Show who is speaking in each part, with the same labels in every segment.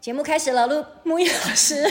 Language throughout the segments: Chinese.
Speaker 1: 节目开始了，陆木易老师，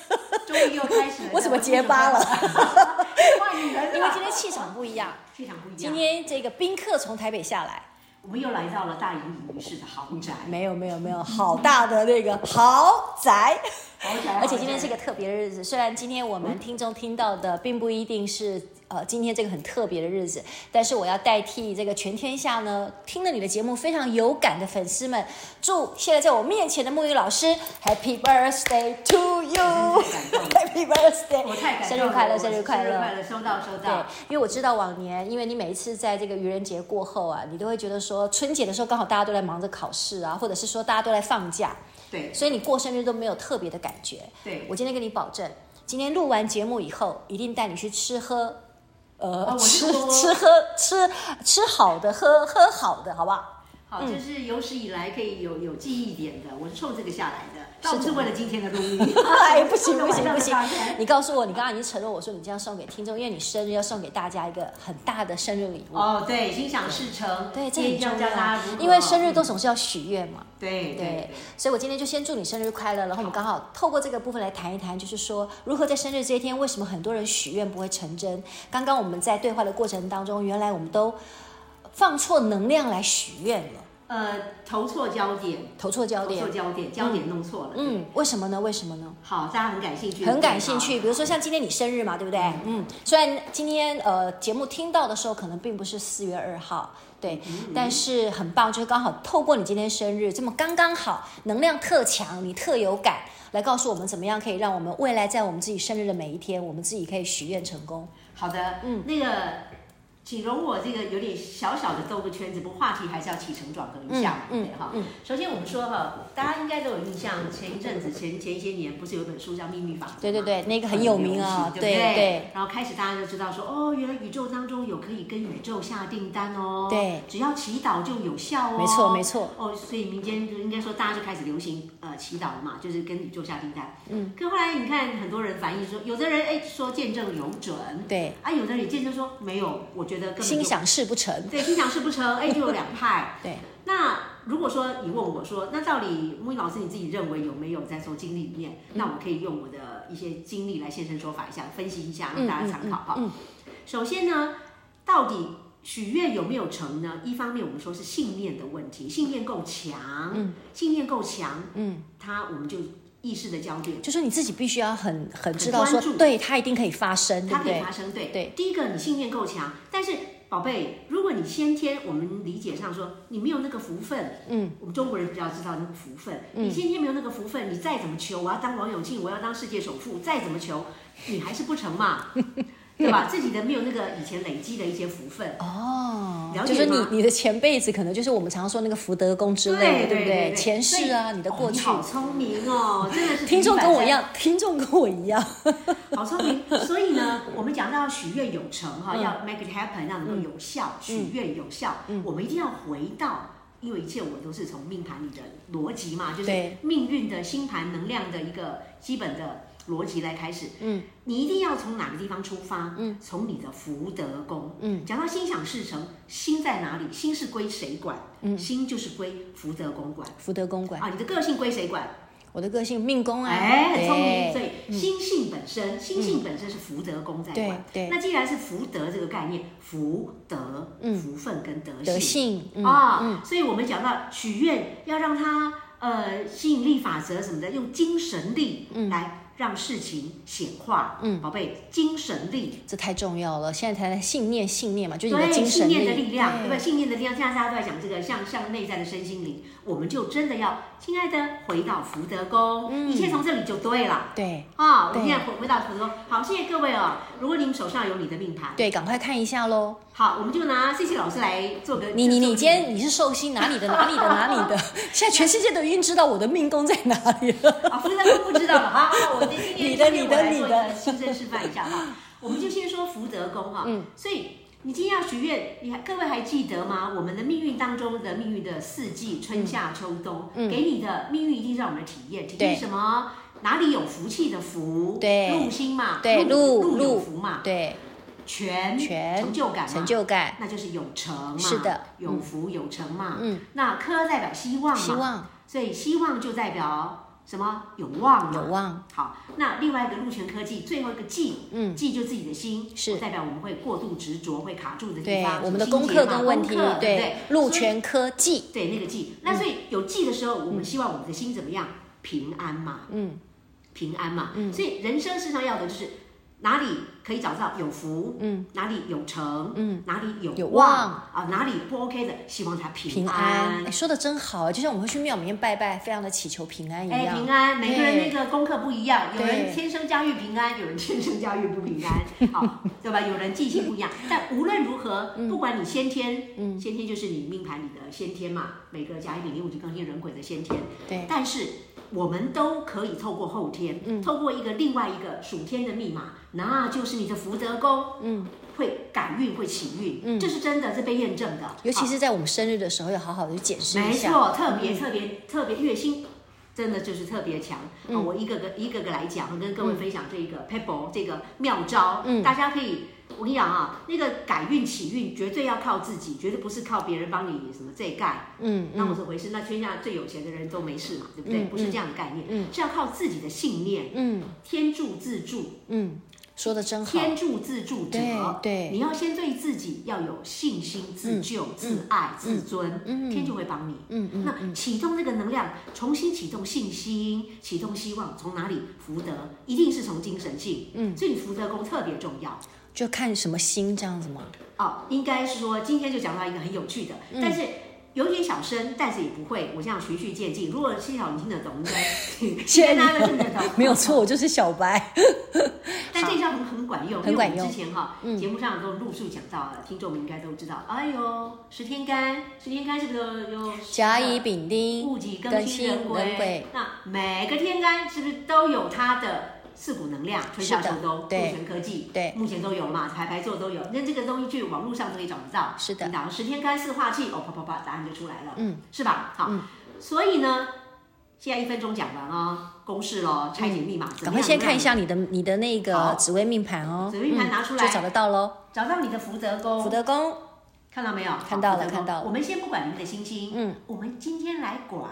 Speaker 2: 终于又开 始了
Speaker 1: 我怎么结巴了？
Speaker 2: 换你人
Speaker 1: 因为今
Speaker 2: 了。
Speaker 1: 天气场不一样，
Speaker 2: 气场不一样。
Speaker 1: 今天这个宾客从台北下来，
Speaker 2: 我们又来到了大隐隐于市的豪宅，
Speaker 1: 没有没有没有，好大的那个豪宅。
Speaker 2: 豪宅。
Speaker 1: 而且今天是一个特别的日子，虽然今天我们听众听到的并不一定是呃今天这个很特别的日子，但是我要代替这个全天下呢听了你的节目非常有感的粉丝们，祝现在在我面前的沐浴老师 Happy Birthday to
Speaker 2: 感动了
Speaker 1: you，Happy Birthday，
Speaker 2: 我太感动了
Speaker 1: 生日快乐，生日快
Speaker 2: 生日
Speaker 1: 乐
Speaker 2: 快。乐，收到收
Speaker 1: 对
Speaker 2: 到。，
Speaker 1: 因为我知道往年，因为你每一次在这个愚人节过后啊，你都会觉得说春节的时候刚好大家都在忙着考试啊，或者是说大家都在放假，
Speaker 2: 对
Speaker 1: 所以你过生日都没有特别的感觉。
Speaker 2: 对
Speaker 1: 我今天跟你保证，今天录完节目以后，一定带你去吃喝，呃，
Speaker 2: 哦我是
Speaker 1: 吃
Speaker 2: 说
Speaker 1: 吃喝吃吃好的，喝喝好的，好不 好？
Speaker 2: 好，这是有史以来可以有有记忆点的，我是冲这个下来的，
Speaker 1: 的。
Speaker 2: 倒不是为了今天的录 音
Speaker 1: 哎，不行不行不行
Speaker 2: 晚上的发！现
Speaker 1: 你告诉我，你刚刚已经承诺我说你这样送给听众，因为你生日要送给大家一个很大的生日礼物。
Speaker 2: 哦，对，心想事成，
Speaker 1: 对，这
Speaker 2: 也
Speaker 1: 很
Speaker 2: 一定要
Speaker 1: 重
Speaker 2: 教大
Speaker 1: 要
Speaker 2: 家如，何
Speaker 1: 因为生日都总是要许愿嘛。
Speaker 2: 对
Speaker 1: 对
Speaker 2: 对，
Speaker 1: 所以我今天就先祝你生日快乐，然后我们刚好透过这个部分来谈一谈，就是说如何在生日这一天，为什么很多人许愿不会成真？刚刚我们在对话的过程当中，原来我们都放错能量来许愿了，
Speaker 2: 呃，投错焦点，
Speaker 1: 投错焦
Speaker 2: 投
Speaker 1: 点
Speaker 2: 错。焦点，焦点弄错了。
Speaker 1: 嗯，为什么呢？为什么呢？
Speaker 2: 好，大家很感兴趣，
Speaker 1: 很感兴
Speaker 2: 对
Speaker 1: 趣，
Speaker 2: 吧。
Speaker 1: 比如说像今天你生日嘛，对不对？嗯，虽然今天呃节目听到的时候可能并不是四月二号，对，
Speaker 2: 嗯
Speaker 1: 但是很棒，就是刚好透过你今天生日这么刚刚好，能量特强，你特有感，来告诉我们怎么样可以让我们未来在我们自己生日的每一天，我们自己可以许愿成功。
Speaker 2: 好的，嗯，那个，请容我这个有点小小的兜个圈子，不过话题还是要起承转合一下嘛，
Speaker 1: 嗯
Speaker 2: 对哈。首先我们说哈，大家应该都有印象，前一阵子前前些年不是有一本书叫《秘密法则》吗？
Speaker 1: 对对对，那个很有名啊，
Speaker 2: 很流行
Speaker 1: 对
Speaker 2: 对不
Speaker 1: 对。
Speaker 2: 然后开始大家就知道说，哦，原来宇宙当中有可以跟宇宙下订单哦，
Speaker 1: 对，
Speaker 2: 只要祈祷就有效哦，
Speaker 1: 没错没错。
Speaker 2: 哦，所以民间就应该说大家就开始流行呃祈祷了嘛，就是跟宇宙下订单。嗯。可后来你看很多人反映说，有的人哎说见证有准，
Speaker 1: 对，
Speaker 2: 啊，有的人也见证说没有，我觉得根本就
Speaker 1: 心想事不成，
Speaker 2: 对心想事不成，哎，就有两派。
Speaker 1: 对，
Speaker 2: 那如果说你问我说，那到底木英老师你自己认为有没有在从经历里面？那我可以用我的一些经历来现身说法一下，分析一下，让大家参考哈。首先呢，到底许愿有没有成呢？一方面我们说是信念的问题，信念够强，信念够强，嗯，它我们就意识的焦点。
Speaker 1: 就是你自己必须要很很知
Speaker 2: 很
Speaker 1: 道说
Speaker 2: 关，注
Speaker 1: 对它一定可以发生，对
Speaker 2: 它
Speaker 1: 不
Speaker 2: 可以
Speaker 1: 对
Speaker 2: 发？生。对
Speaker 1: 对
Speaker 2: 第一个你信念够强，但是宝贝，如果你先天，我们理解上说你没有那个福分，嗯，我们中国人比较知道那个福分，
Speaker 1: 嗯
Speaker 2: 你先天没有那个福分，你再怎么求，我要当王永庆，我要当世界首富，再怎么求，你还是不 成嘛，对吧？自己的没有那个以前累积的一些福分，
Speaker 1: 哦
Speaker 2: 了解
Speaker 1: 就是你
Speaker 2: 吗
Speaker 1: 你的前辈子可能就是我们常说那个福德宫之类的，
Speaker 2: 对
Speaker 1: 不
Speaker 2: 对？
Speaker 1: 前世啊，
Speaker 2: 所以
Speaker 1: 你的过去。
Speaker 2: 哦你好聪明哦，真的是
Speaker 1: 听众
Speaker 2: 举一
Speaker 1: 跟我
Speaker 2: 反
Speaker 1: 一
Speaker 2: 三
Speaker 1: 样，听众跟我一样，
Speaker 2: 好聪明。所以呢，我们讲到许愿有成哈，要 make it happen，要能够有效，许愿有效，我们一定要回到。因为一切我都是从命盘里的逻辑嘛，就是
Speaker 1: 对
Speaker 2: 命运的星盘能量的一个基本的逻辑来开始。嗯，你一定要从哪个地方出发？嗯，从你的福德宫。嗯，讲到心想事成，心在哪里？心是归谁管？嗯，心就是归福德宫管。
Speaker 1: 福德公馆，
Speaker 2: 啊，你的个性归谁管？
Speaker 1: 我的个性命宫啊，
Speaker 2: 哎，很聪明。所
Speaker 1: 对嗯
Speaker 2: 以心性本身，心性本身是福德宫在管。
Speaker 1: 对对
Speaker 2: 那既然是福德这个概念，福德、福分跟德性
Speaker 1: 嗯德性，嗯，
Speaker 2: 啊，所以我们讲到许愿要让它呃吸引力法则什么的，用精神力来让事情显化。
Speaker 1: 嗯
Speaker 2: 宝贝，精神力，
Speaker 1: 这太重要了。现在谈信念，信念嘛，就是你的
Speaker 2: 对
Speaker 1: 精
Speaker 2: 信
Speaker 1: 神
Speaker 2: 念的力量，对
Speaker 1: 对
Speaker 2: 不对？信念的力量，现在大家都在讲这个，像像内在的身心灵，我们就真的要，亲爱的，回到福德宫，
Speaker 1: 嗯
Speaker 2: 一切从这里就对了。
Speaker 1: 对
Speaker 2: 啊、我
Speaker 1: 对
Speaker 2: 们现在回回到福德宫，好，谢谢各位哦。如果你们手上有你的命盘，
Speaker 1: 对，赶快看一下喽。
Speaker 2: 好，我们就拿 C C 老师来做个
Speaker 1: 你你
Speaker 2: 做
Speaker 1: 你今天你是寿星，哪里的哪里的哪里的？现在全世界都已经知道我的命宫在哪里了。
Speaker 2: 啊，福德宫不知道了啊，好我今天
Speaker 1: 你的
Speaker 2: 今天
Speaker 1: 你的
Speaker 2: 我来做
Speaker 1: 你
Speaker 2: 一
Speaker 1: 的
Speaker 2: 个亲身示范一下哈。我们就先说福德宫哈，
Speaker 1: 嗯
Speaker 2: 所以你今天要许愿，你还各位还记得吗？我们的命运当中的命运的四季，春夏秋冬，
Speaker 1: 嗯
Speaker 2: 给你的命运一定让我们体验，体
Speaker 1: 对
Speaker 2: 验什么？哪里有福气的福，
Speaker 1: 对
Speaker 2: 禄星嘛，
Speaker 1: 对
Speaker 2: 禄
Speaker 1: 禄
Speaker 2: 有
Speaker 1: 禄
Speaker 2: 福嘛，
Speaker 1: 对，
Speaker 2: 权
Speaker 1: 权
Speaker 2: 成就感嘛，
Speaker 1: 成就感，
Speaker 2: 那就是有成嘛，
Speaker 1: 是的
Speaker 2: 有福有成嘛，
Speaker 1: 嗯，
Speaker 2: 那科代表希望嘛，
Speaker 1: 希望
Speaker 2: 所以希望就代表什么？有望
Speaker 1: 有
Speaker 2: 嘛。
Speaker 1: 望，
Speaker 2: 好，那另外一个陆权科技最后一个技，
Speaker 1: 嗯，
Speaker 2: 技就自己的心，
Speaker 1: 是
Speaker 2: 代表我们会过度执着，会卡住的地
Speaker 1: 对
Speaker 2: 方，，
Speaker 1: 我们的
Speaker 2: 心
Speaker 1: 功
Speaker 2: 结
Speaker 1: 课
Speaker 2: 嘛
Speaker 1: 跟问题
Speaker 2: 功课，对不
Speaker 1: 对
Speaker 2: 对，
Speaker 1: 陆
Speaker 2: 所以
Speaker 1: 权科技，
Speaker 2: 对那个技。
Speaker 1: 嗯
Speaker 2: 那所以有技的时候，我们希望我们的心怎么样？平安嘛，
Speaker 1: 嗯，
Speaker 2: 平安嘛。所以人生事实上要的就是哪里可以找到有福，
Speaker 1: 嗯，
Speaker 2: 哪里有成，
Speaker 1: 嗯，
Speaker 2: 哪里有
Speaker 1: 有望
Speaker 2: 啊，哪里不 OK 的，希望它
Speaker 1: 平安。哎，说的真好啊，就像我们会去庙里面拜拜，非常的祈求平安一
Speaker 2: 哎，平
Speaker 1: 样。
Speaker 2: 安，每个人
Speaker 1: 对
Speaker 2: 那个功课不一样，有
Speaker 1: 对
Speaker 2: 人天生驾驭平安，有人天生驾驭不平 安，好，对吧？有人记性不一样，但无论如何，
Speaker 1: 嗯
Speaker 2: 不管你先天，先天就是你命盘里的先天嘛，每个甲乙丙丁戊己庚辛壬癸的先天，
Speaker 1: 对
Speaker 2: 但是我们都可以透过后天，
Speaker 1: 嗯
Speaker 2: 透过一个另外一个属天的密码，那就是你的福德宫，嗯，会改运会起运，这是真的，是被验证的，
Speaker 1: 嗯尤
Speaker 2: 好
Speaker 1: 其是嗯在我们生日的时候，要好好的去检视一
Speaker 2: 没
Speaker 1: 下。
Speaker 2: 错，特别特别特别月薪，真的就是特别强。
Speaker 1: 嗯
Speaker 2: 啊我一个个一个个来讲，跟各位分享这个 pebble 这个妙招，
Speaker 1: 嗯
Speaker 2: 大家可以。我跟你讲啊，那个改运起运绝对要靠自己，绝对不是靠别人帮你什么这盖，
Speaker 1: 嗯
Speaker 2: 那我怎么回事？那天下最有钱的人都没事嘛，对不对？
Speaker 1: 嗯
Speaker 2: 不是这样的概念，是要靠自己的信念，
Speaker 1: 嗯
Speaker 2: 天助自助，
Speaker 1: 嗯，说的真好。
Speaker 2: 天助自助者。
Speaker 1: 对对
Speaker 2: 你要先对自己要有信心、自救、自爱、自尊，天就会帮你。
Speaker 1: 嗯嗯
Speaker 2: 那启动那个能量，重新启动信心，启动希望，从哪里？福德一定是从精神性，嗯，所以福德宫特别重要
Speaker 1: 就看什么心这样子嘛。
Speaker 2: 哦。应该是说今天就讲到一个很有趣的，
Speaker 1: 嗯
Speaker 2: 但是。有点小声，但是也不会。我这样循序渐进。如果幸好你听得懂，应该
Speaker 1: 谢谢你
Speaker 2: 应该大家都听得 懂，哦
Speaker 1: 没有错，我就是小白。
Speaker 2: 但这一招很很管用，
Speaker 1: 很管用嗯
Speaker 2: 因为我们之前哈、节目上都陆续讲到了，听众们应该都知道。哎呦，十天干，十天干是不是有有
Speaker 1: 甲乙丙丁，
Speaker 2: 戊己庚辛壬
Speaker 1: 庚辛壬癸
Speaker 2: 癸？那每个天干是不是都有它的四股能量？春夏
Speaker 1: 是的
Speaker 2: 秋冬，陆
Speaker 1: 对
Speaker 2: 权科技，
Speaker 1: 对
Speaker 2: 目前都有了嘛，排排坐都有。那这个东西去网络上都可以找得到。
Speaker 1: 是的
Speaker 2: 你打十天干四化气，哦，啪啪啪，答案就出来了，
Speaker 1: 嗯，
Speaker 2: 是吧？好，
Speaker 1: 嗯
Speaker 2: 所以呢，现在一分钟讲完哦，公式喽，拆解密码，怎
Speaker 1: 嗯赶
Speaker 2: 么样
Speaker 1: 快先看一
Speaker 2: 怎
Speaker 1: 下
Speaker 2: 么样
Speaker 1: 你的你的那个
Speaker 2: 好
Speaker 1: 紫微命盘哦，
Speaker 2: 紫微命盘
Speaker 1: 嗯
Speaker 2: 拿出来哦
Speaker 1: 就找得到喽。
Speaker 2: 找到你的福德宫，
Speaker 1: 福德宫，
Speaker 2: 看到没有？
Speaker 1: 看到了
Speaker 2: 好
Speaker 1: 看到了
Speaker 2: 我们先不管你们的星星，
Speaker 1: 嗯，
Speaker 2: 我们今天来管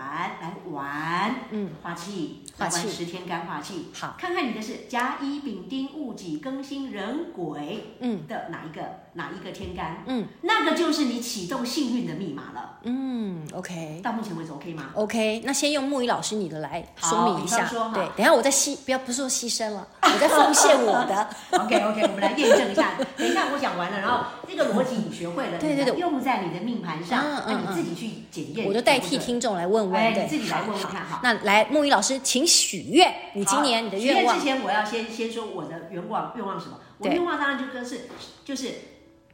Speaker 2: 来玩，
Speaker 1: 嗯，
Speaker 2: 化气，
Speaker 1: 化气
Speaker 2: 来玩十天干化气，
Speaker 1: 好，
Speaker 2: 看看你的是甲乙丙丁戊己庚辛壬癸
Speaker 1: 嗯
Speaker 2: 的哪一个哪一个天干，
Speaker 1: 嗯，
Speaker 2: 那个就是你启动幸运的密码了。
Speaker 1: 嗯，OK。
Speaker 2: 到目前为止 OK 吗？
Speaker 1: OK，那先用木鱼老师你的来
Speaker 2: 好
Speaker 1: 说明一
Speaker 2: 你
Speaker 1: 下
Speaker 2: 先说。哈
Speaker 1: 对，等一下我再牺，不要不是说牺牲了，我在奉献我的。
Speaker 2: OK OK，我们来验证一 下。等一下我讲完了，然后这个逻辑你学会了，
Speaker 1: 对对对
Speaker 2: 你用在你的命盘上，
Speaker 1: 嗯
Speaker 2: 那
Speaker 1: 嗯
Speaker 2: 你自己去检验。
Speaker 1: 我就代替
Speaker 2: 对不对
Speaker 1: 听众来问
Speaker 2: 哎
Speaker 1: 问，
Speaker 2: 你
Speaker 1: 对，
Speaker 2: 自己来问问
Speaker 1: 好
Speaker 2: 看
Speaker 1: 好
Speaker 2: 哈
Speaker 1: 那来，木鱼老师，请许愿，你今年你的愿
Speaker 2: 许
Speaker 1: 望
Speaker 2: 之。前我要先先说我的愿望，愿望是什么？我
Speaker 1: 对
Speaker 2: 愿望当然就跟是就是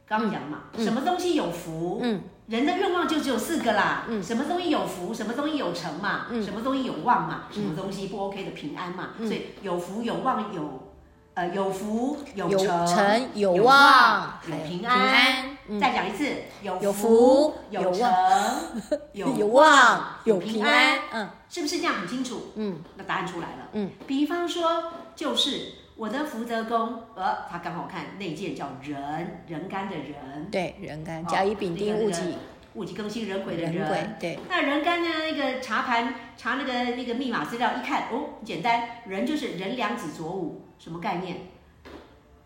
Speaker 2: 刚刚讲的嘛，
Speaker 1: 嗯
Speaker 2: 什么东西有福？
Speaker 1: 嗯，
Speaker 2: 人的愿望就只有四个啦，
Speaker 1: 嗯
Speaker 2: 什么东西有福，什么东西有成嘛，
Speaker 1: 嗯
Speaker 2: 什么东西有望嘛，什么东西不 OK 的平安嘛，所以有福有望有。呃，有福有
Speaker 1: 有
Speaker 2: 成，
Speaker 1: 成有
Speaker 2: 有
Speaker 1: 望
Speaker 2: 有
Speaker 1: 还有
Speaker 2: 平
Speaker 1: 平
Speaker 2: 安。
Speaker 1: 安嗯
Speaker 2: 再讲一次，有
Speaker 1: 有福
Speaker 2: 福
Speaker 1: 有
Speaker 2: 有
Speaker 1: 望
Speaker 2: 成
Speaker 1: 有望有
Speaker 2: 有
Speaker 1: 平
Speaker 2: 平
Speaker 1: 安
Speaker 2: 安，，
Speaker 1: 嗯
Speaker 2: 是不是这样很清楚？
Speaker 1: 嗯
Speaker 2: 那答案出来了。
Speaker 1: 嗯，
Speaker 2: 比方说，就是我的福德宫，呃，它刚好看内建叫人，人干的人，
Speaker 1: 对，人干
Speaker 2: 哦
Speaker 1: 甲乙丙丁
Speaker 2: 那个
Speaker 1: 戊己
Speaker 2: 戊己庚辛壬癸的
Speaker 1: 人癸
Speaker 2: 人。，
Speaker 1: 对，
Speaker 2: 那人干呢？那个查盘查那个那个密码资料，一看哦，简单，人就是人两子左午，什么概念？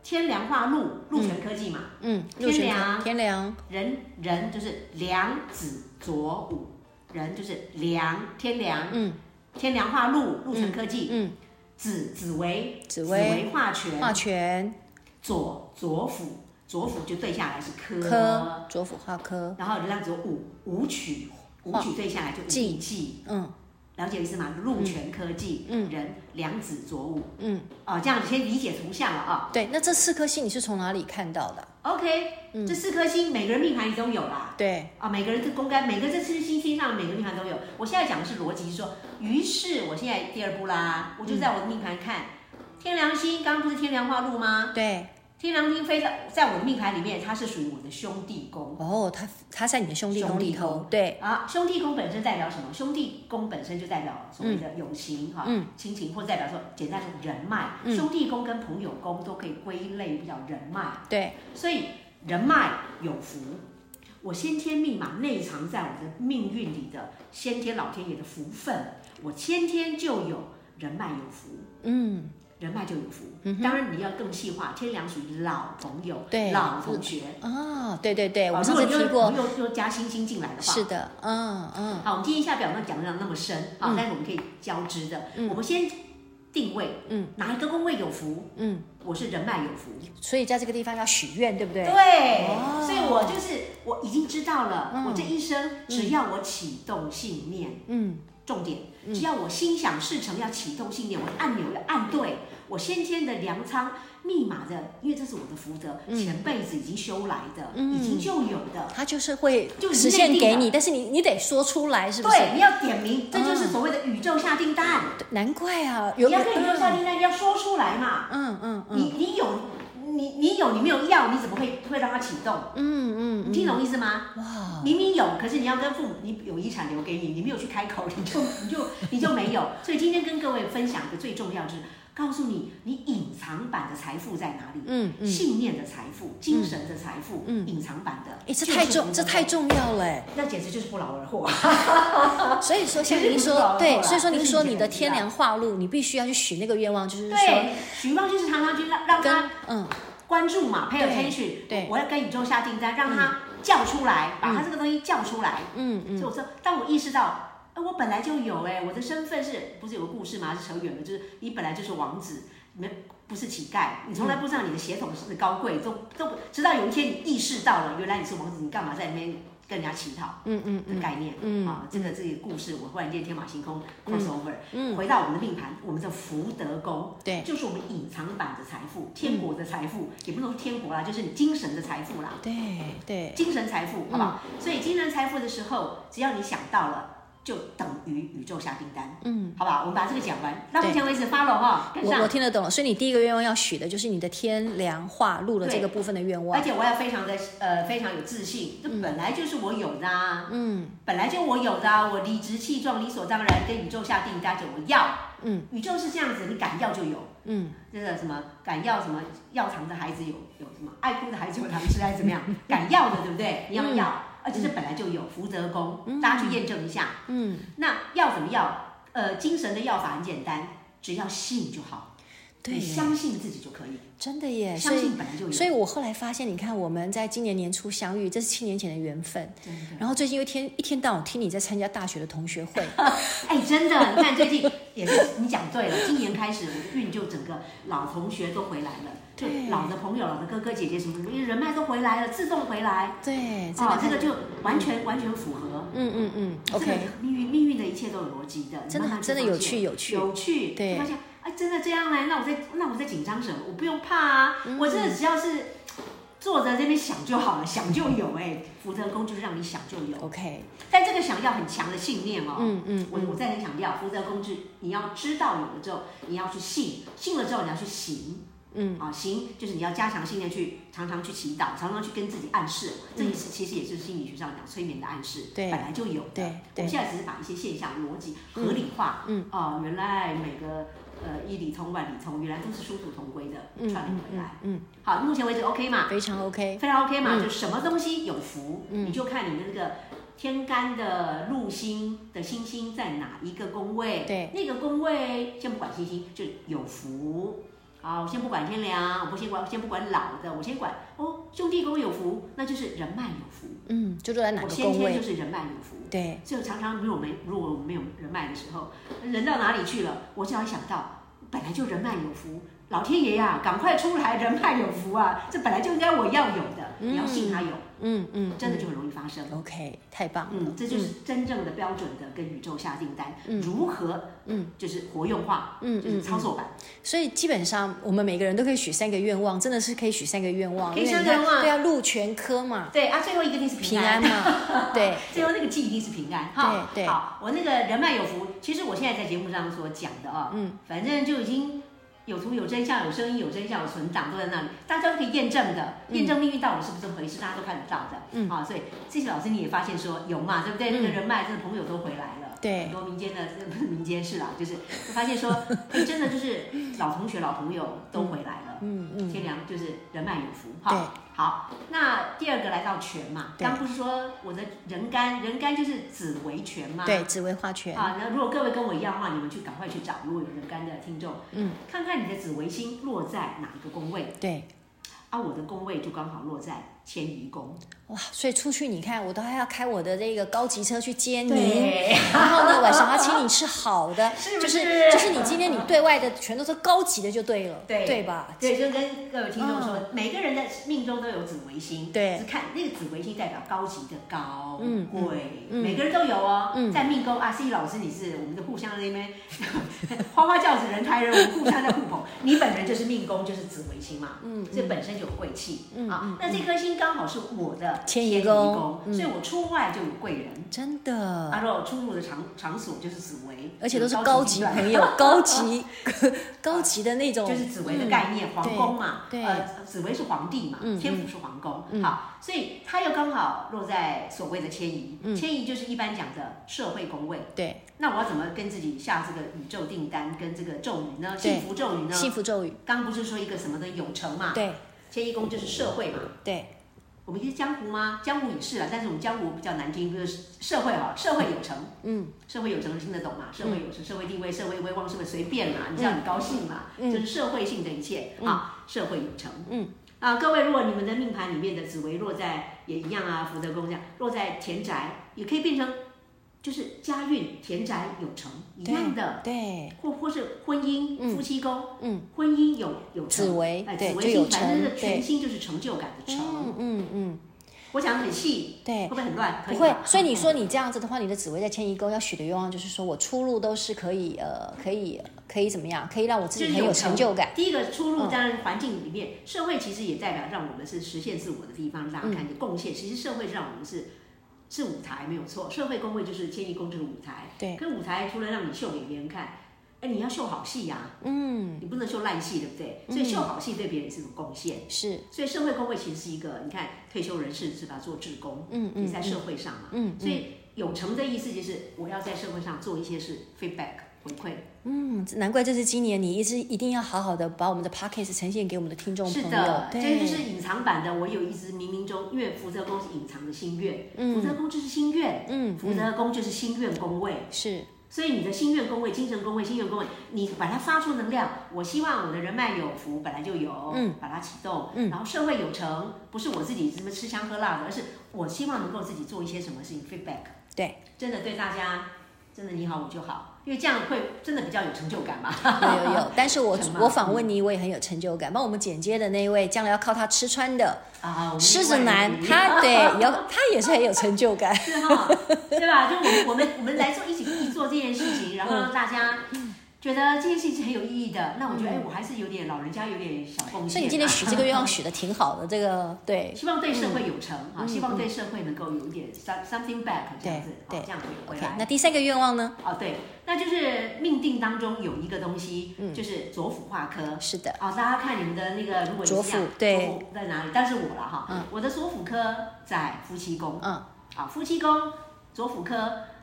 Speaker 2: 天梁化禄，禄权科技嘛，
Speaker 1: 嗯，
Speaker 2: 天
Speaker 1: 入选
Speaker 2: 梁
Speaker 1: 天梁，
Speaker 2: 人人就是梁子左午，人就是梁天梁，
Speaker 1: 嗯
Speaker 2: 天梁化禄，禄权科技，
Speaker 1: 嗯
Speaker 2: 紫紫薇，
Speaker 1: 紫
Speaker 2: 紫
Speaker 1: 薇
Speaker 2: 薇化权，
Speaker 1: 化权
Speaker 2: 左左辅，左辅就对下来是科，
Speaker 1: 科，左辅化科，
Speaker 2: 然后让左武武曲，武曲对下来就武
Speaker 1: 技
Speaker 2: 技，
Speaker 1: 嗯
Speaker 2: 了解意思吗？禄权科技，
Speaker 1: 嗯
Speaker 2: 人两子左武，
Speaker 1: 嗯，
Speaker 2: 哦，这样先理解图像了啊、
Speaker 1: 对。那这四颗星你是从哪里看到的？
Speaker 2: OK，、这
Speaker 1: 嗯
Speaker 2: 四颗星每个人命盘里都有啦。
Speaker 1: 对，
Speaker 2: 啊，每个人的公干，每个这次星星上每个命盘都有。我现在讲的是逻辑，是说，于是我现在第二步啦，我就在我的命盘看、天梁星，刚刚不是天梁化禄吗？
Speaker 1: 对，
Speaker 2: 天梁星非常在我的命盘里面，它是属于我的兄弟宫
Speaker 1: 哦，他他在你的兄弟宫里
Speaker 2: 兄弟
Speaker 1: 头，
Speaker 2: 宫
Speaker 1: 对，
Speaker 2: 啊。兄弟宫本身代表什么？兄弟宫本身就代表所谓的友情哈、
Speaker 1: 嗯
Speaker 2: 亲情，或者代表说简单说人脉。
Speaker 1: 嗯
Speaker 2: 兄弟宫跟朋友宫都可以归类叫人脉。
Speaker 1: 对，
Speaker 2: 所以人脉有福，我先天密码内藏在我的命运里的先天老天爷的福分，我先天就有人脉有福，
Speaker 1: 嗯，
Speaker 2: 人脉就有福。
Speaker 1: 嗯哼
Speaker 2: 当然你要更细化，天梁属于老朋友，
Speaker 1: 对
Speaker 2: 老同学。
Speaker 1: 啊，对对对，
Speaker 2: 啊
Speaker 1: 我
Speaker 2: 如
Speaker 1: 上
Speaker 2: 果
Speaker 1: 次
Speaker 2: 你又
Speaker 1: 提过，
Speaker 2: 又又加星星进来的话，
Speaker 1: 是的，嗯嗯，
Speaker 2: 好，我们今天一下表没有讲的那么深啊，
Speaker 1: 嗯
Speaker 2: 但是我们可以交织的。
Speaker 1: 嗯
Speaker 2: 我们先定位，
Speaker 1: 嗯，
Speaker 2: 哪一个宫位有福，
Speaker 1: 嗯，
Speaker 2: 我是人脉有福。
Speaker 1: 所以在这个地方要许愿，对不对？
Speaker 2: 对，
Speaker 1: 哦
Speaker 2: 所以我就是我已经知道了，
Speaker 1: 嗯
Speaker 2: 我这一生只要我启动信念，
Speaker 1: 嗯，
Speaker 2: 重点，只要我心想事成，要启动信念，我的按钮要按对，我先天的粮仓密码的，因为这是我的福德，前辈子已经修来的，
Speaker 1: 嗯
Speaker 2: 已经就有的。
Speaker 1: 他就是会
Speaker 2: 就已经
Speaker 1: 实现
Speaker 2: 内定
Speaker 1: 给
Speaker 2: 了
Speaker 1: 你，但是你你得说出来，是不是？
Speaker 2: 对，你要点名，这就是所谓的宇宙下订单。
Speaker 1: 对难怪啊，有
Speaker 2: 你要跟宇宙下订单，要说出来嘛。
Speaker 1: 嗯嗯嗯
Speaker 2: 你你有，你你有，你没有要，你怎么会会让它启动？
Speaker 1: 嗯嗯
Speaker 2: 你听懂意思吗？
Speaker 1: 嗯，哇，
Speaker 2: 明明有，可是你要跟父母，你有遗产留给你，你没有去开口，你就你就你就没有。所以今天跟各位分享的最重要就是告诉你，你隐藏版的财富在哪里？
Speaker 1: 嗯嗯，
Speaker 2: 信念的财富、精神的财富，
Speaker 1: 嗯
Speaker 2: 隐藏版的，
Speaker 1: 哎，这
Speaker 2: 就是
Speaker 1: 太重，
Speaker 2: 你的
Speaker 1: 这太，重要了哎。
Speaker 2: 那简直就是不劳而获。
Speaker 1: 所以说，像您
Speaker 2: 其实不是
Speaker 1: 说
Speaker 2: 劳碌
Speaker 1: 对，
Speaker 2: 啦
Speaker 1: 所以说您说你
Speaker 2: 就是
Speaker 1: 的
Speaker 2: 你的
Speaker 1: 天良化禄，你必须要去许那个愿望，就是说
Speaker 2: 对，许望就是常常去让让
Speaker 1: 跟
Speaker 2: 他
Speaker 1: 嗯
Speaker 2: 关注嘛，pay
Speaker 1: 对
Speaker 2: attention，
Speaker 1: 对
Speaker 2: 我要跟宇宙下订单，让他叫出来，把他这个东西叫出来。
Speaker 1: 嗯
Speaker 2: 所以
Speaker 1: 嗯
Speaker 2: 我说，当我意识到，哎，我本来就有哎、我的身份是不是有个故事吗？是扯远了，就是你本来就是王子，没不是乞丐，你从来不知道你的血统是高贵，都都不直到有一天你意识到了，原来你是王子，你干嘛在那边跟人家乞讨？
Speaker 1: 嗯嗯
Speaker 2: 的
Speaker 1: 嗯
Speaker 2: 概念，
Speaker 1: 嗯
Speaker 2: 啊，这个这个故事，我忽然间天马行空 crossover，、
Speaker 1: 嗯，
Speaker 2: 回到我们的命盘，我们的福德宫，
Speaker 1: 对嗯
Speaker 2: 就是我们隐藏版的财富，天国的财富，也不能说天国啦，就是你精神的财富啦，
Speaker 1: 对对，嗯
Speaker 2: 精神财富，好不好？所以精神财富的时候，只要你想到了，就等于宇宙下订单，
Speaker 1: 嗯，
Speaker 2: 好不好？我们把这个讲完，到目
Speaker 1: 对
Speaker 2: 前为止 follow 哈， 跟
Speaker 1: 我我
Speaker 2: 上。
Speaker 1: 听得懂了。所以你第一个愿望要许的就是你的天良化禄的这个部分的愿
Speaker 2: 而
Speaker 1: 望。
Speaker 2: 且我要非常的呃非常有自信，这本来就是我有的啊，
Speaker 1: 嗯
Speaker 2: 本来就我有的啊，我理直气壮、理所当然跟宇宙下订单，就我要，
Speaker 1: 嗯，
Speaker 2: 宇宙是这样子，你敢要就有。
Speaker 1: 嗯，
Speaker 2: 那个什么敢要什么要糖的孩子有有什么爱哭的孩子有糖吃还是怎 么样？敢要的对不对？你要不
Speaker 1: 嗯
Speaker 2: 要？而且这本来就有福德宫，大家去验证一下。
Speaker 1: 嗯，
Speaker 2: 那要怎么要？呃，精神的药法很简单，只要信就好，
Speaker 1: 对
Speaker 2: 你，相信自己就可以，
Speaker 1: 真的耶。所
Speaker 2: 相
Speaker 1: 以
Speaker 2: 信本来就有。
Speaker 1: 所以我后来发现，你看我们在今年年初相遇，这是七年前的缘分。
Speaker 2: 真的
Speaker 1: 然后最近又天一天到晚听你在参加大学的同学 会，
Speaker 2: 哎，真的，你看最近也是你讲对了，今年开始我的运就整个老同学都回来了，就
Speaker 1: 对
Speaker 2: 老的朋友、老的哥哥姐姐什么什么，因为人脉都回来了，自动回来。
Speaker 1: 对，真的
Speaker 2: 哦，
Speaker 1: 看
Speaker 2: 这个就完全完全符合。
Speaker 1: 嗯嗯嗯
Speaker 2: 这个
Speaker 1: ，OK，
Speaker 2: 命运命运的一切都有逻辑的，你
Speaker 1: 真的
Speaker 2: 慢慢去
Speaker 1: 真的有
Speaker 2: 发现
Speaker 1: 趣有趣
Speaker 2: 有趣，
Speaker 1: 对
Speaker 2: 就发现哎，真的这样嘞，那我在那我在紧张什么？我不用怕啊，
Speaker 1: 嗯
Speaker 2: 我真的只要是坐着这边想就好了，想就有哎，福德宫就是让你想就有，
Speaker 1: OK，
Speaker 2: 但这个想要很强的信念哦。
Speaker 1: 嗯嗯
Speaker 2: 我我
Speaker 1: 嗯，
Speaker 2: 再跟你强调，福德宫是你要知道有了之后，你要去信，信了之后你要去行，
Speaker 1: 嗯
Speaker 2: 啊，行就是你要加强信念去，常常去祈祷，常常去跟自己暗示，这也是其实也是心理学上讲催眠的暗示，
Speaker 1: 嗯对
Speaker 2: 本来就有的。
Speaker 1: 对
Speaker 2: 我们
Speaker 1: 对
Speaker 2: 现在只是把一些现象逻辑合理化，
Speaker 1: 嗯
Speaker 2: 哦，原来每个呃一理通万理通，原来都是殊途同归的，
Speaker 1: 嗯
Speaker 2: 串
Speaker 1: 嗯
Speaker 2: 联回
Speaker 1: 嗯
Speaker 2: 来。
Speaker 1: 嗯，
Speaker 2: 好，目前为止 OK 嘛，
Speaker 1: 非常 OK，
Speaker 2: 非常 OK 嘛，
Speaker 1: 嗯
Speaker 2: 就什么东西有福，你就看你的那个天干的禄星的星星在哪一个宫位，
Speaker 1: 对，
Speaker 2: 那个宫位先不管星星，就有福。好，我先不管天梁，我不先管，先不管老的，我先管哦，兄弟宫有福，那就是人脉有福，
Speaker 1: 嗯，就坐在哪
Speaker 2: 我
Speaker 1: 个
Speaker 2: 先
Speaker 1: 宫
Speaker 2: 天就
Speaker 1: 位？
Speaker 2: 是人脉有福。
Speaker 1: 对，
Speaker 2: 所以常常如果没如果我们没有人脉的时候，人到哪里去了？我只要一想到本来就人脉有福，老天爷呀、赶快出来，人脉有福啊！这本来就应该我要有的，你要信他有，
Speaker 1: 嗯嗯，
Speaker 2: 真的就很容易发生。
Speaker 1: OK，太棒了
Speaker 2: 嗯，，这就是真正的标准的跟宇宙下订单，如何
Speaker 1: 嗯
Speaker 2: 就是活用化，
Speaker 1: 嗯
Speaker 2: 就是操作版。
Speaker 1: 所以基本上我们每个人都可以许三个愿望，真的是可以许三个愿望，
Speaker 2: 可以
Speaker 1: 因为你
Speaker 2: 三
Speaker 1: 看
Speaker 2: 个愿望
Speaker 1: 对啊，录全科嘛，
Speaker 2: 对啊，最后一个一定是
Speaker 1: 平安 嘛，对，
Speaker 2: 最后那个记一定是平安哈。
Speaker 1: 对对
Speaker 2: 好，我那个人脉有福，其实我现在在节目上所讲的啊、
Speaker 1: 嗯，
Speaker 2: 反正就已经有图有真相，有声音有真相，有存档都在那里，大家都可以验证的，验证命运到底是不是这么回事，大家都看得到的。
Speaker 1: 嗯
Speaker 2: 啊，所以这些老师你也发现说有嘛，对不对？
Speaker 1: 嗯
Speaker 2: 那个人脉，这个朋友都回来了。很
Speaker 1: 对，
Speaker 2: 多民间的不是民间事啊，就是就发现说，哎，真的就是老同学、老朋友都回来了。
Speaker 1: 嗯嗯，
Speaker 2: 天良就是人脉有福
Speaker 1: 对
Speaker 2: 哈。好，那第二个来到权嘛，
Speaker 1: 对
Speaker 2: 刚不是说我的人干人干就是紫微权嘛？
Speaker 1: 对，紫薇化权，
Speaker 2: 啊，那如果各位跟我一样的话，你们去赶快去找，如果有人干的听众，
Speaker 1: 嗯，
Speaker 2: 看看你的紫微星落在哪一个宫位
Speaker 1: 对，
Speaker 2: 啊？我的宫位就刚好落在迁移宫，
Speaker 1: 哇，所以出去你看，我都还要开我的这个高级车去接您，
Speaker 2: 对，
Speaker 1: 然后呢，晚上要请你吃好的，
Speaker 2: 是不
Speaker 1: 就是就是你今天你对外的全都是高级的就对了，
Speaker 2: 对
Speaker 1: 对吧？嗯
Speaker 2: 对，就跟各位听众说，每个人的命中都有紫微星，
Speaker 1: 对
Speaker 2: 只看那个紫微星代表高级的高
Speaker 1: 嗯
Speaker 2: 贵，
Speaker 1: 嗯
Speaker 2: 每个人都有哦。
Speaker 1: 嗯
Speaker 2: 在命宫啊，C 老师你是我们的互相在那边 花花轿子人抬人，我们互相在互捧。 你本人就是命宫就是紫微星嘛，
Speaker 1: 嗯
Speaker 2: 所以本身就有贵气
Speaker 1: 嗯
Speaker 2: 啊
Speaker 1: 嗯。
Speaker 2: 那这颗星刚好是我的
Speaker 1: 迁移
Speaker 2: 移
Speaker 1: 宫
Speaker 2: 宫，
Speaker 1: 嗯
Speaker 2: 所以我出外就有贵人。
Speaker 1: 真
Speaker 2: 啊，
Speaker 1: 的，
Speaker 2: 如果出入的场场所就是紫微，
Speaker 1: 而且都是
Speaker 2: 高
Speaker 1: 高级
Speaker 2: 地段
Speaker 1: 朋友，高级 高级的那种，
Speaker 2: 啊
Speaker 1: 嗯
Speaker 2: 就是紫薇的概念，皇宫嘛，
Speaker 1: 对
Speaker 2: 呃，紫薇是皇帝嘛，
Speaker 1: 嗯
Speaker 2: 天府是皇宫，
Speaker 1: 嗯
Speaker 2: 好，所以它又刚好落在所谓的迁移，
Speaker 1: 嗯
Speaker 2: 迁移就是一般讲的社会宫位。
Speaker 1: 对，
Speaker 2: 那我要怎么跟自己下这个宇宙订单，跟这个咒语呢？
Speaker 1: 对
Speaker 2: 幸福咒语呢？
Speaker 1: 幸福咒语，
Speaker 2: 刚不是说一个什么的有成嘛，
Speaker 1: 对
Speaker 2: 迁移宫就是社会嘛。
Speaker 1: 对，
Speaker 2: 我们一些江湖吗？江湖也是啊，但是我们江湖比较难听，就是社会哈、社会有成，
Speaker 1: 嗯，
Speaker 2: 社会有成听得懂嘛？社会有成，社会地位、社会威望，社会随便嘛，你让你高兴嘛，
Speaker 1: 嗯
Speaker 2: 就是社会性的一切、啊，社会有成。
Speaker 1: 嗯，
Speaker 2: 啊，各位，如果你们的命盘里面的紫薇落在也一样啊，福德宫这样落在田宅，也可以变成就是家运田宅有成一样的，
Speaker 1: 对，
Speaker 2: 或或是婚姻、
Speaker 1: 嗯
Speaker 2: 夫妻宫，
Speaker 1: 嗯，
Speaker 2: 婚姻有有
Speaker 1: 紫
Speaker 2: 成。
Speaker 1: 薇
Speaker 2: 哎，
Speaker 1: 对
Speaker 2: 紫
Speaker 1: 就
Speaker 2: 微
Speaker 1: 有
Speaker 2: 星，反
Speaker 1: 成
Speaker 2: 正，全
Speaker 1: 对，
Speaker 2: 星就是成就感的成。
Speaker 1: 嗯嗯嗯，
Speaker 2: 我讲得很细，会
Speaker 1: 对
Speaker 2: 不。会很乱？可
Speaker 1: 哎不
Speaker 2: 以
Speaker 1: 会
Speaker 2: 吧，嗯
Speaker 1: 所以你说你这样子的话，你的紫薇在迁移宫要许的愿望就是说我出路都是可以，呃，可以，可以怎么样，可以让我自己很有成就感。嗯
Speaker 2: 第一个出入当然环境里面，社会其实也代表让我们是实现自我的地方，让大家看
Speaker 1: 嗯
Speaker 2: 见贡献。其实社会让我们是是舞台没有错，社会工会就是迁移工这个舞台。
Speaker 1: 对
Speaker 2: 可舞台除了让你秀给别人看，哎，你要秀好戏呀、
Speaker 1: 嗯，
Speaker 2: 你不能秀烂戏，对不对？所以秀好戏对别人是种贡献。
Speaker 1: 是，
Speaker 2: 所以社会工会其实是一个，你看退休人士是吧，做志工，
Speaker 1: 嗯
Speaker 2: 也
Speaker 1: 嗯
Speaker 2: 在社会上嘛。
Speaker 1: 嗯
Speaker 2: 所以有成的意思就是我要在社会上做一些事 feedback 回馈。
Speaker 1: 嗯，难怪这是今年你一直一定要好好的把我们的 p o d c a s t 呈现给我们的听众朋
Speaker 2: 是
Speaker 1: 友。
Speaker 2: 的，这
Speaker 1: 对，
Speaker 2: 就是隐藏版的。我有一只冥冥中，因为福德宫是隐藏的心愿，福德
Speaker 1: 嗯
Speaker 2: 宫就是心愿，
Speaker 1: 嗯
Speaker 2: 福
Speaker 1: 嗯，
Speaker 2: 德宫就是心愿宫位。
Speaker 1: 是
Speaker 2: 所以你的心愿宫位、精神宫位、心愿宫位，你把它发出能量。我希望我的人脉有福，本来就有，
Speaker 1: 嗯
Speaker 2: 把它启动，
Speaker 1: 嗯
Speaker 2: 然后社会有成，不是我自己什么吃香喝辣的，而是我希望能够自己做一些什么事情 feedback。
Speaker 1: 对，
Speaker 2: 真的对大家，真的你好我就好，因为这样会真的比较有成就 感嘛。
Speaker 1: 有有 有，但是我
Speaker 2: 什么
Speaker 1: 我访问你，我也很有成就感。帮我们剪接的那一位，将来要靠他吃穿的
Speaker 2: 啊，我们
Speaker 1: 狮子
Speaker 2: 另外一
Speaker 1: 男，
Speaker 2: 个
Speaker 1: 他对也要他也是很有成就 感。
Speaker 2: 是哈，对吧？就我们我们我们来做一起一起做这件事情，然后
Speaker 1: 嗯
Speaker 2: 让大家觉得这件事情是很有意义的。那我觉得，哎，我还是有点老人家有点小贡献啊。
Speaker 1: 所以你今天许这个愿望许的挺好的，这个对
Speaker 2: 希望对社会有成啊，
Speaker 1: 嗯
Speaker 2: 希望对社会能够有一点 some- something back 这样子，
Speaker 1: 对
Speaker 2: 好，这样回回
Speaker 1: ，OK。那
Speaker 2: 来。
Speaker 1: 第三个愿望呢？
Speaker 2: 哦，对，那就是命定当中有一个东西
Speaker 1: 嗯，
Speaker 2: 就是左辅化科。
Speaker 1: 是的，
Speaker 2: 哦，大家看你们的那个，如果你是
Speaker 1: 左
Speaker 2: 这样
Speaker 1: 辅对
Speaker 2: 左辅在哪里？但是我了
Speaker 1: 嗯
Speaker 2: 哈，我的左辅科在夫妻宫。
Speaker 1: 嗯，
Speaker 2: 啊，夫妻宫、左辅科，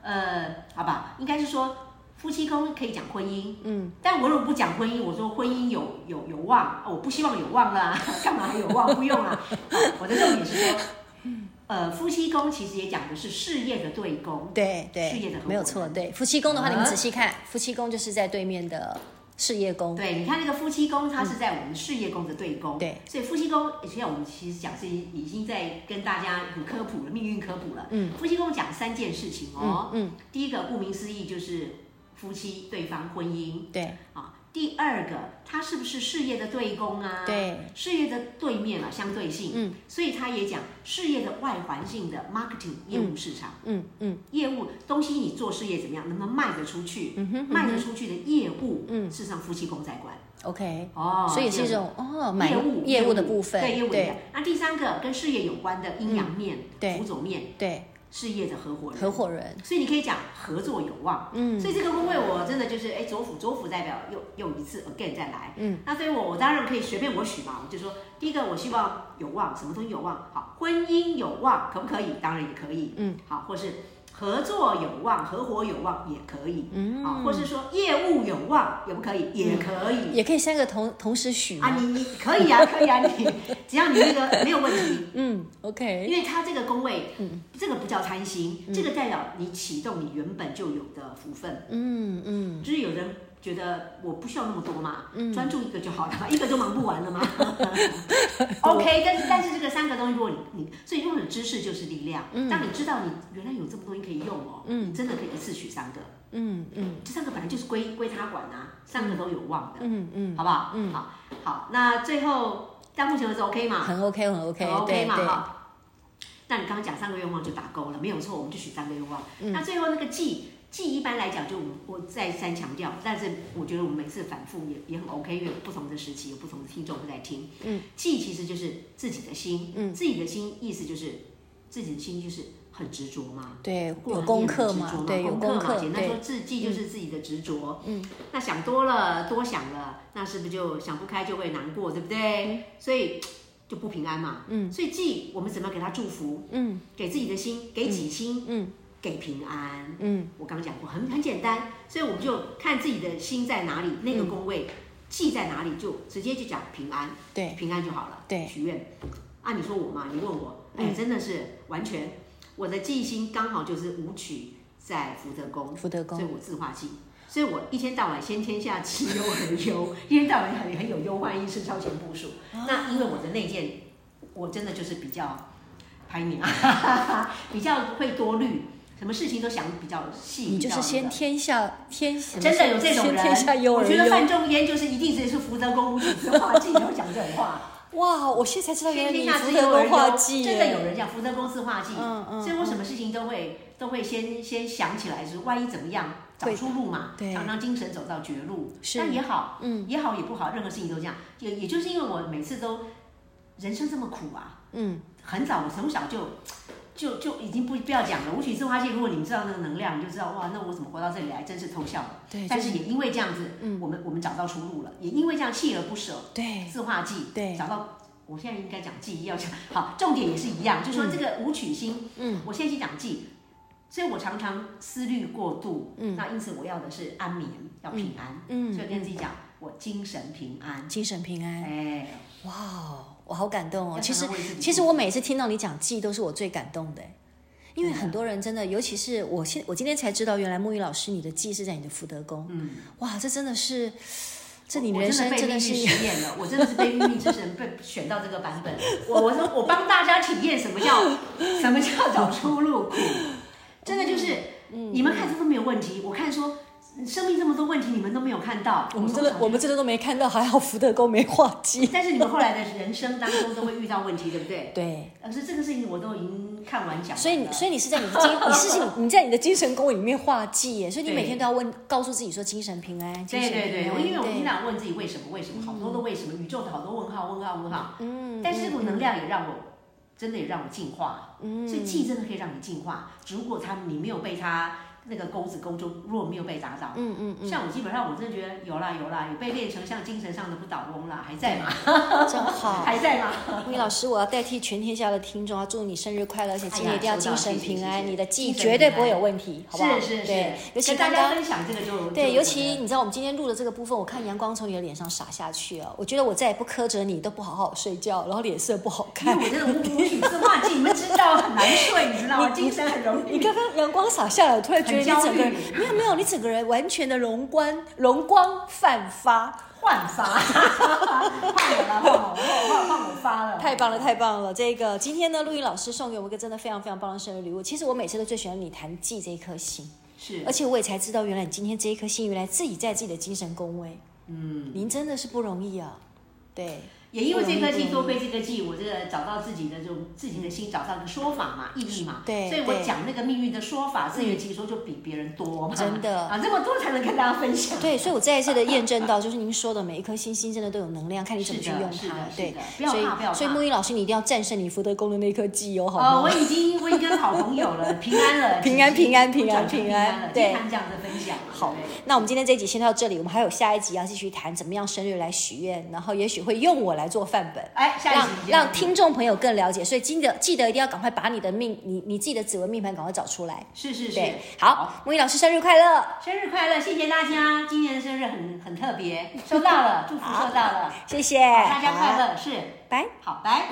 Speaker 2: 呃，好吧，应该是说夫妻宫可以讲婚姻，
Speaker 1: 嗯，
Speaker 2: 但我如果不讲婚姻，我说婚姻有有有望、哦我不希望有望啦， 干嘛还有望？不用啦、好我的重点是说，
Speaker 1: 嗯
Speaker 2: 呃，夫妻宫其实也讲的是事业的对宫，
Speaker 1: 对
Speaker 2: 事业
Speaker 1: 对
Speaker 2: 的合，伙
Speaker 1: 没有错。对，夫妻宫的话，
Speaker 2: 啊
Speaker 1: 你们仔细看，夫妻宫就是在对面的事业宫。
Speaker 2: 对，你看那个夫妻宫，它是在我们事业宫的对宫，
Speaker 1: 对，
Speaker 2: 所以夫妻宫，实际上我们其实讲是已经在跟大家很科普了，命运科普了。
Speaker 1: 嗯，
Speaker 2: 夫妻宫讲三件事情哦，
Speaker 1: 嗯嗯，
Speaker 2: 第一个顾名思义就是夫妻对方婚姻
Speaker 1: 对，
Speaker 2: 啊，第二个，它是不是事业的对攻啊？
Speaker 1: 对，
Speaker 2: 事业的对面嘛，相对性。
Speaker 1: 嗯，
Speaker 2: 所以他也讲事业的外环性的 marketing 业务市场，
Speaker 1: 嗯嗯
Speaker 2: 业务东西你做事业怎么样，能不能卖得出去？
Speaker 1: 嗯哼，
Speaker 2: 卖得出去的业务，
Speaker 1: 嗯
Speaker 2: 事实上夫妻共在观。
Speaker 1: ，OK，
Speaker 2: 哦，
Speaker 1: 所以是一
Speaker 2: 这样
Speaker 1: 种哦，买
Speaker 2: 业务
Speaker 1: 业务的部分，
Speaker 2: 对业务的
Speaker 1: 对。嗯
Speaker 2: 那第三个跟事业有关的阴阳面、
Speaker 1: 对
Speaker 2: 辅佐面，
Speaker 1: 对，
Speaker 2: 事业的合伙人。
Speaker 1: 合伙人，
Speaker 2: 所以你可以讲合作有望。
Speaker 1: 嗯
Speaker 2: 所以这个工位我真的就是，哎，左辅左辅代表又又一次 again 再来。
Speaker 1: 嗯，
Speaker 2: 那所以我我当然可以随便我许嘛，我就说第一个我希望有望，什么东西有望？好，婚姻有望可不可以？当然也可以。
Speaker 1: 嗯，
Speaker 2: 好，或是合作有望，合伙有望也可以。
Speaker 1: 嗯
Speaker 2: 好，或是说业务有望，可不可以？也可以。
Speaker 1: 也可以三个同同时许
Speaker 2: 啊，
Speaker 1: 吗？
Speaker 2: 你你可以 啊，可以啊，你只要你那个没有问题，
Speaker 1: 嗯
Speaker 2: 因
Speaker 1: ，OK，
Speaker 2: 为它这个宫位，
Speaker 1: 嗯
Speaker 2: 这个不叫贪心，这个代表你启动你原本就有的福分。
Speaker 1: 嗯嗯，
Speaker 2: 就是有人觉得我不需要那么多嘛，专注一个就好了嘛，一个就忙不完 了嘛。OK，但是但是这个三个东西，如果你你所以用的知识就是力量，
Speaker 1: 嗯
Speaker 2: 当你知道你原来有这么多东西可以用哦，你真的可以一次取三个，
Speaker 1: 嗯嗯
Speaker 2: 这三个本来就是归归他管啊，三个都有望的，
Speaker 1: 嗯嗯，
Speaker 2: 好不好？
Speaker 1: 嗯
Speaker 2: 好，好，那最后到目前为止 OK 吗？
Speaker 1: 很 OK，很 OK，
Speaker 2: 很哦 OK
Speaker 1: 对
Speaker 2: 嘛
Speaker 1: 对，
Speaker 2: 哈。那你刚刚讲三个愿望就打勾了，没有错，我们就许三个愿望。
Speaker 1: 嗯
Speaker 2: 那最后那个记记，一般来讲就我我再三强调，但是我觉得我们每次反复也也很 OK，因为不同的时期有不同的听众会在听。
Speaker 1: 嗯，
Speaker 2: 记其实就是自己的心，
Speaker 1: 嗯
Speaker 2: 自己的心意思就是自己的心就是很执着
Speaker 1: 嗯
Speaker 2: 嘛。
Speaker 1: 对
Speaker 2: 过
Speaker 1: 有
Speaker 2: 完
Speaker 1: 功
Speaker 2: 年很
Speaker 1: 课
Speaker 2: 执着
Speaker 1: 嘛，对有
Speaker 2: 功
Speaker 1: 功
Speaker 2: 嘛
Speaker 1: 课，
Speaker 2: 简单说
Speaker 1: 对，
Speaker 2: 自记就是自己的执着。
Speaker 1: 嗯，
Speaker 2: 那想多了，多想了，那是不是就想不开就会难过，对不对？所以就不平安嘛。
Speaker 1: 嗯，
Speaker 2: 所以记我们怎么给他祝福，
Speaker 1: 嗯
Speaker 2: 给自己的心，给己心，
Speaker 1: 嗯
Speaker 2: 给平安。
Speaker 1: 嗯
Speaker 2: 我刚刚讲过，很很简单，所以我们就看自己的心在哪里，
Speaker 1: 嗯
Speaker 2: 那个宫位记在哪里，就直接就讲平安，
Speaker 1: 对
Speaker 2: 平安就好了。
Speaker 1: 对嗯
Speaker 2: 许愿。啊，你说我嘛，你问我，哎，真的是完全，我的记心刚好就是舞曲在福德宫。
Speaker 1: 福德
Speaker 2: 所以
Speaker 1: 宫，
Speaker 2: 我自化剂，所以我一天到晚先天下之忧而忧，一天到晚很很有忧患意识，超前部署。
Speaker 1: 啊
Speaker 2: 那因为我的内建，我真的就是比较排名啊， 比较会多虑，什么事情都想比较细。
Speaker 1: 你就是
Speaker 2: 比较那
Speaker 1: 先
Speaker 2: 个
Speaker 1: 天下天，什么
Speaker 2: 真的有这种
Speaker 1: 先天下
Speaker 2: 人，
Speaker 1: 忧
Speaker 2: 我
Speaker 1: 而
Speaker 2: 觉得范
Speaker 1: 忧。
Speaker 2: 仲淹就是一定是福德宫五子之 化剂，都讲这种话。
Speaker 1: 哇，我现在才知道原来
Speaker 2: 天
Speaker 1: 你
Speaker 2: 天下
Speaker 1: 福
Speaker 2: 之
Speaker 1: 德
Speaker 2: 忧而
Speaker 1: 宫化
Speaker 2: 忧，
Speaker 1: 忌
Speaker 2: 真的有
Speaker 1: 耶，
Speaker 2: 人讲福德公司化忌，
Speaker 1: 嗯嗯
Speaker 2: 所以我什么事情都会都会先先想起来，是万一怎么样找
Speaker 1: 会
Speaker 2: 出路嘛，
Speaker 1: 对
Speaker 2: 常常精神走到绝路，
Speaker 1: 是
Speaker 2: 但也好，
Speaker 1: 嗯
Speaker 2: 也好也不好，任何事情都这样，也也就是因为我每次都人生这么苦啊，
Speaker 1: 嗯
Speaker 2: 很早我从小就。就就已经不不要讲了，舞曲自化忌。如果你知道那个能量，你就知道哇，那我怎么活到这里来，真是偷笑。
Speaker 1: 对，
Speaker 2: 但
Speaker 1: 就是是
Speaker 2: 也因为这样子，
Speaker 1: 嗯
Speaker 2: 我们我们找到出路了，也因为这样锲而不舍，
Speaker 1: 对
Speaker 2: 字画记，
Speaker 1: 哎对
Speaker 2: 找到我现在应该讲记忆要讲好，重点也是一样，就说这个武曲星，
Speaker 1: 嗯，
Speaker 2: 我现在先讲记，所以我常常思虑过度，
Speaker 1: 嗯
Speaker 2: 那因此我要的是安眠，要平安，
Speaker 1: 嗯
Speaker 2: 所以跟自己讲，我精神平安，
Speaker 1: 精神平安。
Speaker 2: 哎，
Speaker 1: 哇哦，我好感动哦！
Speaker 2: 要
Speaker 1: 其实
Speaker 2: 常常为自己，
Speaker 1: 其实我每次听到你讲记忆，都是我最感动的。因为
Speaker 2: 啊
Speaker 1: 很多人真的，尤其是我现我今天才知道，原来沐浴老师你的记是在你的福德宫。
Speaker 2: 嗯，
Speaker 1: 哇，这真的是，这你
Speaker 2: 我
Speaker 1: 人
Speaker 2: 真
Speaker 1: 生
Speaker 2: 的被
Speaker 1: 真
Speaker 2: 命
Speaker 1: 的
Speaker 2: 运
Speaker 1: 是
Speaker 2: 实验了，我真的是被命运之神被选到这个版本。我我说我帮大家体验什 么叫什么叫找出路苦，真的就是，
Speaker 1: 嗯
Speaker 2: 你们看这都没有问题，我看说生命这么多问题你们都没有看到，
Speaker 1: 我们
Speaker 2: 说
Speaker 1: 真的
Speaker 2: 想
Speaker 1: 我们真的都没看到，还好福德宫没画记。
Speaker 2: 但是你们后来的人生当中都会遇到问题，对不对？
Speaker 1: 对，
Speaker 2: 可是这个事情我都已经看完讲完了，
Speaker 1: 所以你所以你是在你 的精，你是你你在你的精神宫里面画记耶，所以你
Speaker 2: 对
Speaker 1: 每天都要问，告诉自己说精神平安，精
Speaker 2: 对
Speaker 1: 神平
Speaker 2: 对
Speaker 1: 安。
Speaker 2: 对，我因为我
Speaker 1: 对
Speaker 2: 经常问自己为什么为什么，好多的为什么，宇宙的好多问号问号问号。
Speaker 1: 嗯，
Speaker 2: 但是这
Speaker 1: 嗯
Speaker 2: 股能量也让我真的也让我进化，
Speaker 1: 嗯
Speaker 2: 所以记真的可以让你进化。如果他你没有被他那个钩子勾住，如果没有被打倒，
Speaker 1: 嗯嗯嗯，
Speaker 2: 像我基本上我真的觉得有啦有啦，有被练成像精神上的不倒翁啦，还在吗？
Speaker 1: 真好。
Speaker 2: 还在吗？
Speaker 1: 吴老师，我要代替全天下的听众，要啊祝你生日快乐，而且今天一定要精神平
Speaker 2: 哎呀收
Speaker 1: 安，
Speaker 2: 到
Speaker 1: 你的记忆
Speaker 2: 谢谢谢谢
Speaker 1: 绝对不会有问题，好不好？
Speaker 2: 是是是
Speaker 1: 对，，尤其
Speaker 2: 跟大
Speaker 1: 刚
Speaker 2: 家
Speaker 1: 刚。
Speaker 2: 分享这个就
Speaker 1: 对，
Speaker 2: 就
Speaker 1: 尤
Speaker 2: 我
Speaker 1: 其
Speaker 2: 的
Speaker 1: 你知道我们今天录的这个部分，我看阳光从你的脸上洒下去哦，我觉得我再也不苛责你，都不好好睡觉，然后脸色不好
Speaker 2: 因
Speaker 1: 看
Speaker 2: 为。我真的无无语自化忌，你们知道很难睡，你知道吗？精神很容
Speaker 1: 你
Speaker 2: 易。
Speaker 1: 刚刚阳光洒下来，我突然觉得你
Speaker 2: 很焦
Speaker 1: 整个人
Speaker 2: 虑
Speaker 1: 没有没有，你整个人完全的容光容光焕发，
Speaker 2: 换发， 换我了，换我，换换我发了，
Speaker 1: 太棒了，太棒了！这个今天呢，陆云老师送给我一个真的非常非常棒的生日礼物。其实我每次都最喜欢你谈记这一颗心，
Speaker 2: 是
Speaker 1: 而且我也才知道，原来你今天这一颗心，原来自己在自己的精神宫位。嗯，您真的是不容易啊，对。
Speaker 2: 也因为这颗气，多亏这个气，我这个找到自己的这种自己的心，找到一个说法嘛，意义嘛。
Speaker 1: 对嗯
Speaker 2: 所以我讲那个命运的说法，自圆其说就比别人多嘛。
Speaker 1: 真的
Speaker 2: 啊，这么多才能跟大家分享。
Speaker 1: 对，所以我再一次的验证到，就是您说的每一颗星星真的都有能量，看你怎么去
Speaker 2: 是的
Speaker 1: 用
Speaker 2: 是
Speaker 1: 它
Speaker 2: 的。是
Speaker 1: 对
Speaker 2: 的，不要
Speaker 1: 所以
Speaker 2: 怕不要
Speaker 1: 所以
Speaker 2: 怕
Speaker 1: 木英老师，你一定要战胜你福德宫的那颗鸡哦，好
Speaker 2: 呃，
Speaker 1: 吗
Speaker 2: 我？已经我已经跟好朋友了，平安了，
Speaker 1: 平安平安平安
Speaker 2: 转成
Speaker 1: 平
Speaker 2: 平
Speaker 1: 安
Speaker 2: 了，
Speaker 1: 对
Speaker 2: 经常这样的分享。
Speaker 1: 好
Speaker 2: 对不对，
Speaker 1: 那我们今天这一集先到这里，我们还有下一集要继续谈怎么样生日来许愿，然后也许会用我来做范本。
Speaker 2: 哎，下一
Speaker 1: 让
Speaker 2: 集见
Speaker 1: 让听众朋友更了解，所以记得记得一定要赶快把你的命，你你自己的指纹命盘赶快找出来。
Speaker 2: 是是是
Speaker 1: 对，，好，木英老师生日快乐！
Speaker 2: 生日快乐，谢谢大家，今年的生日很很特别，收到了，祝福收到了，
Speaker 1: 谢谢，
Speaker 2: 好大家
Speaker 1: 哎好啊
Speaker 2: 快乐，是
Speaker 1: 拜。
Speaker 2: 好拜。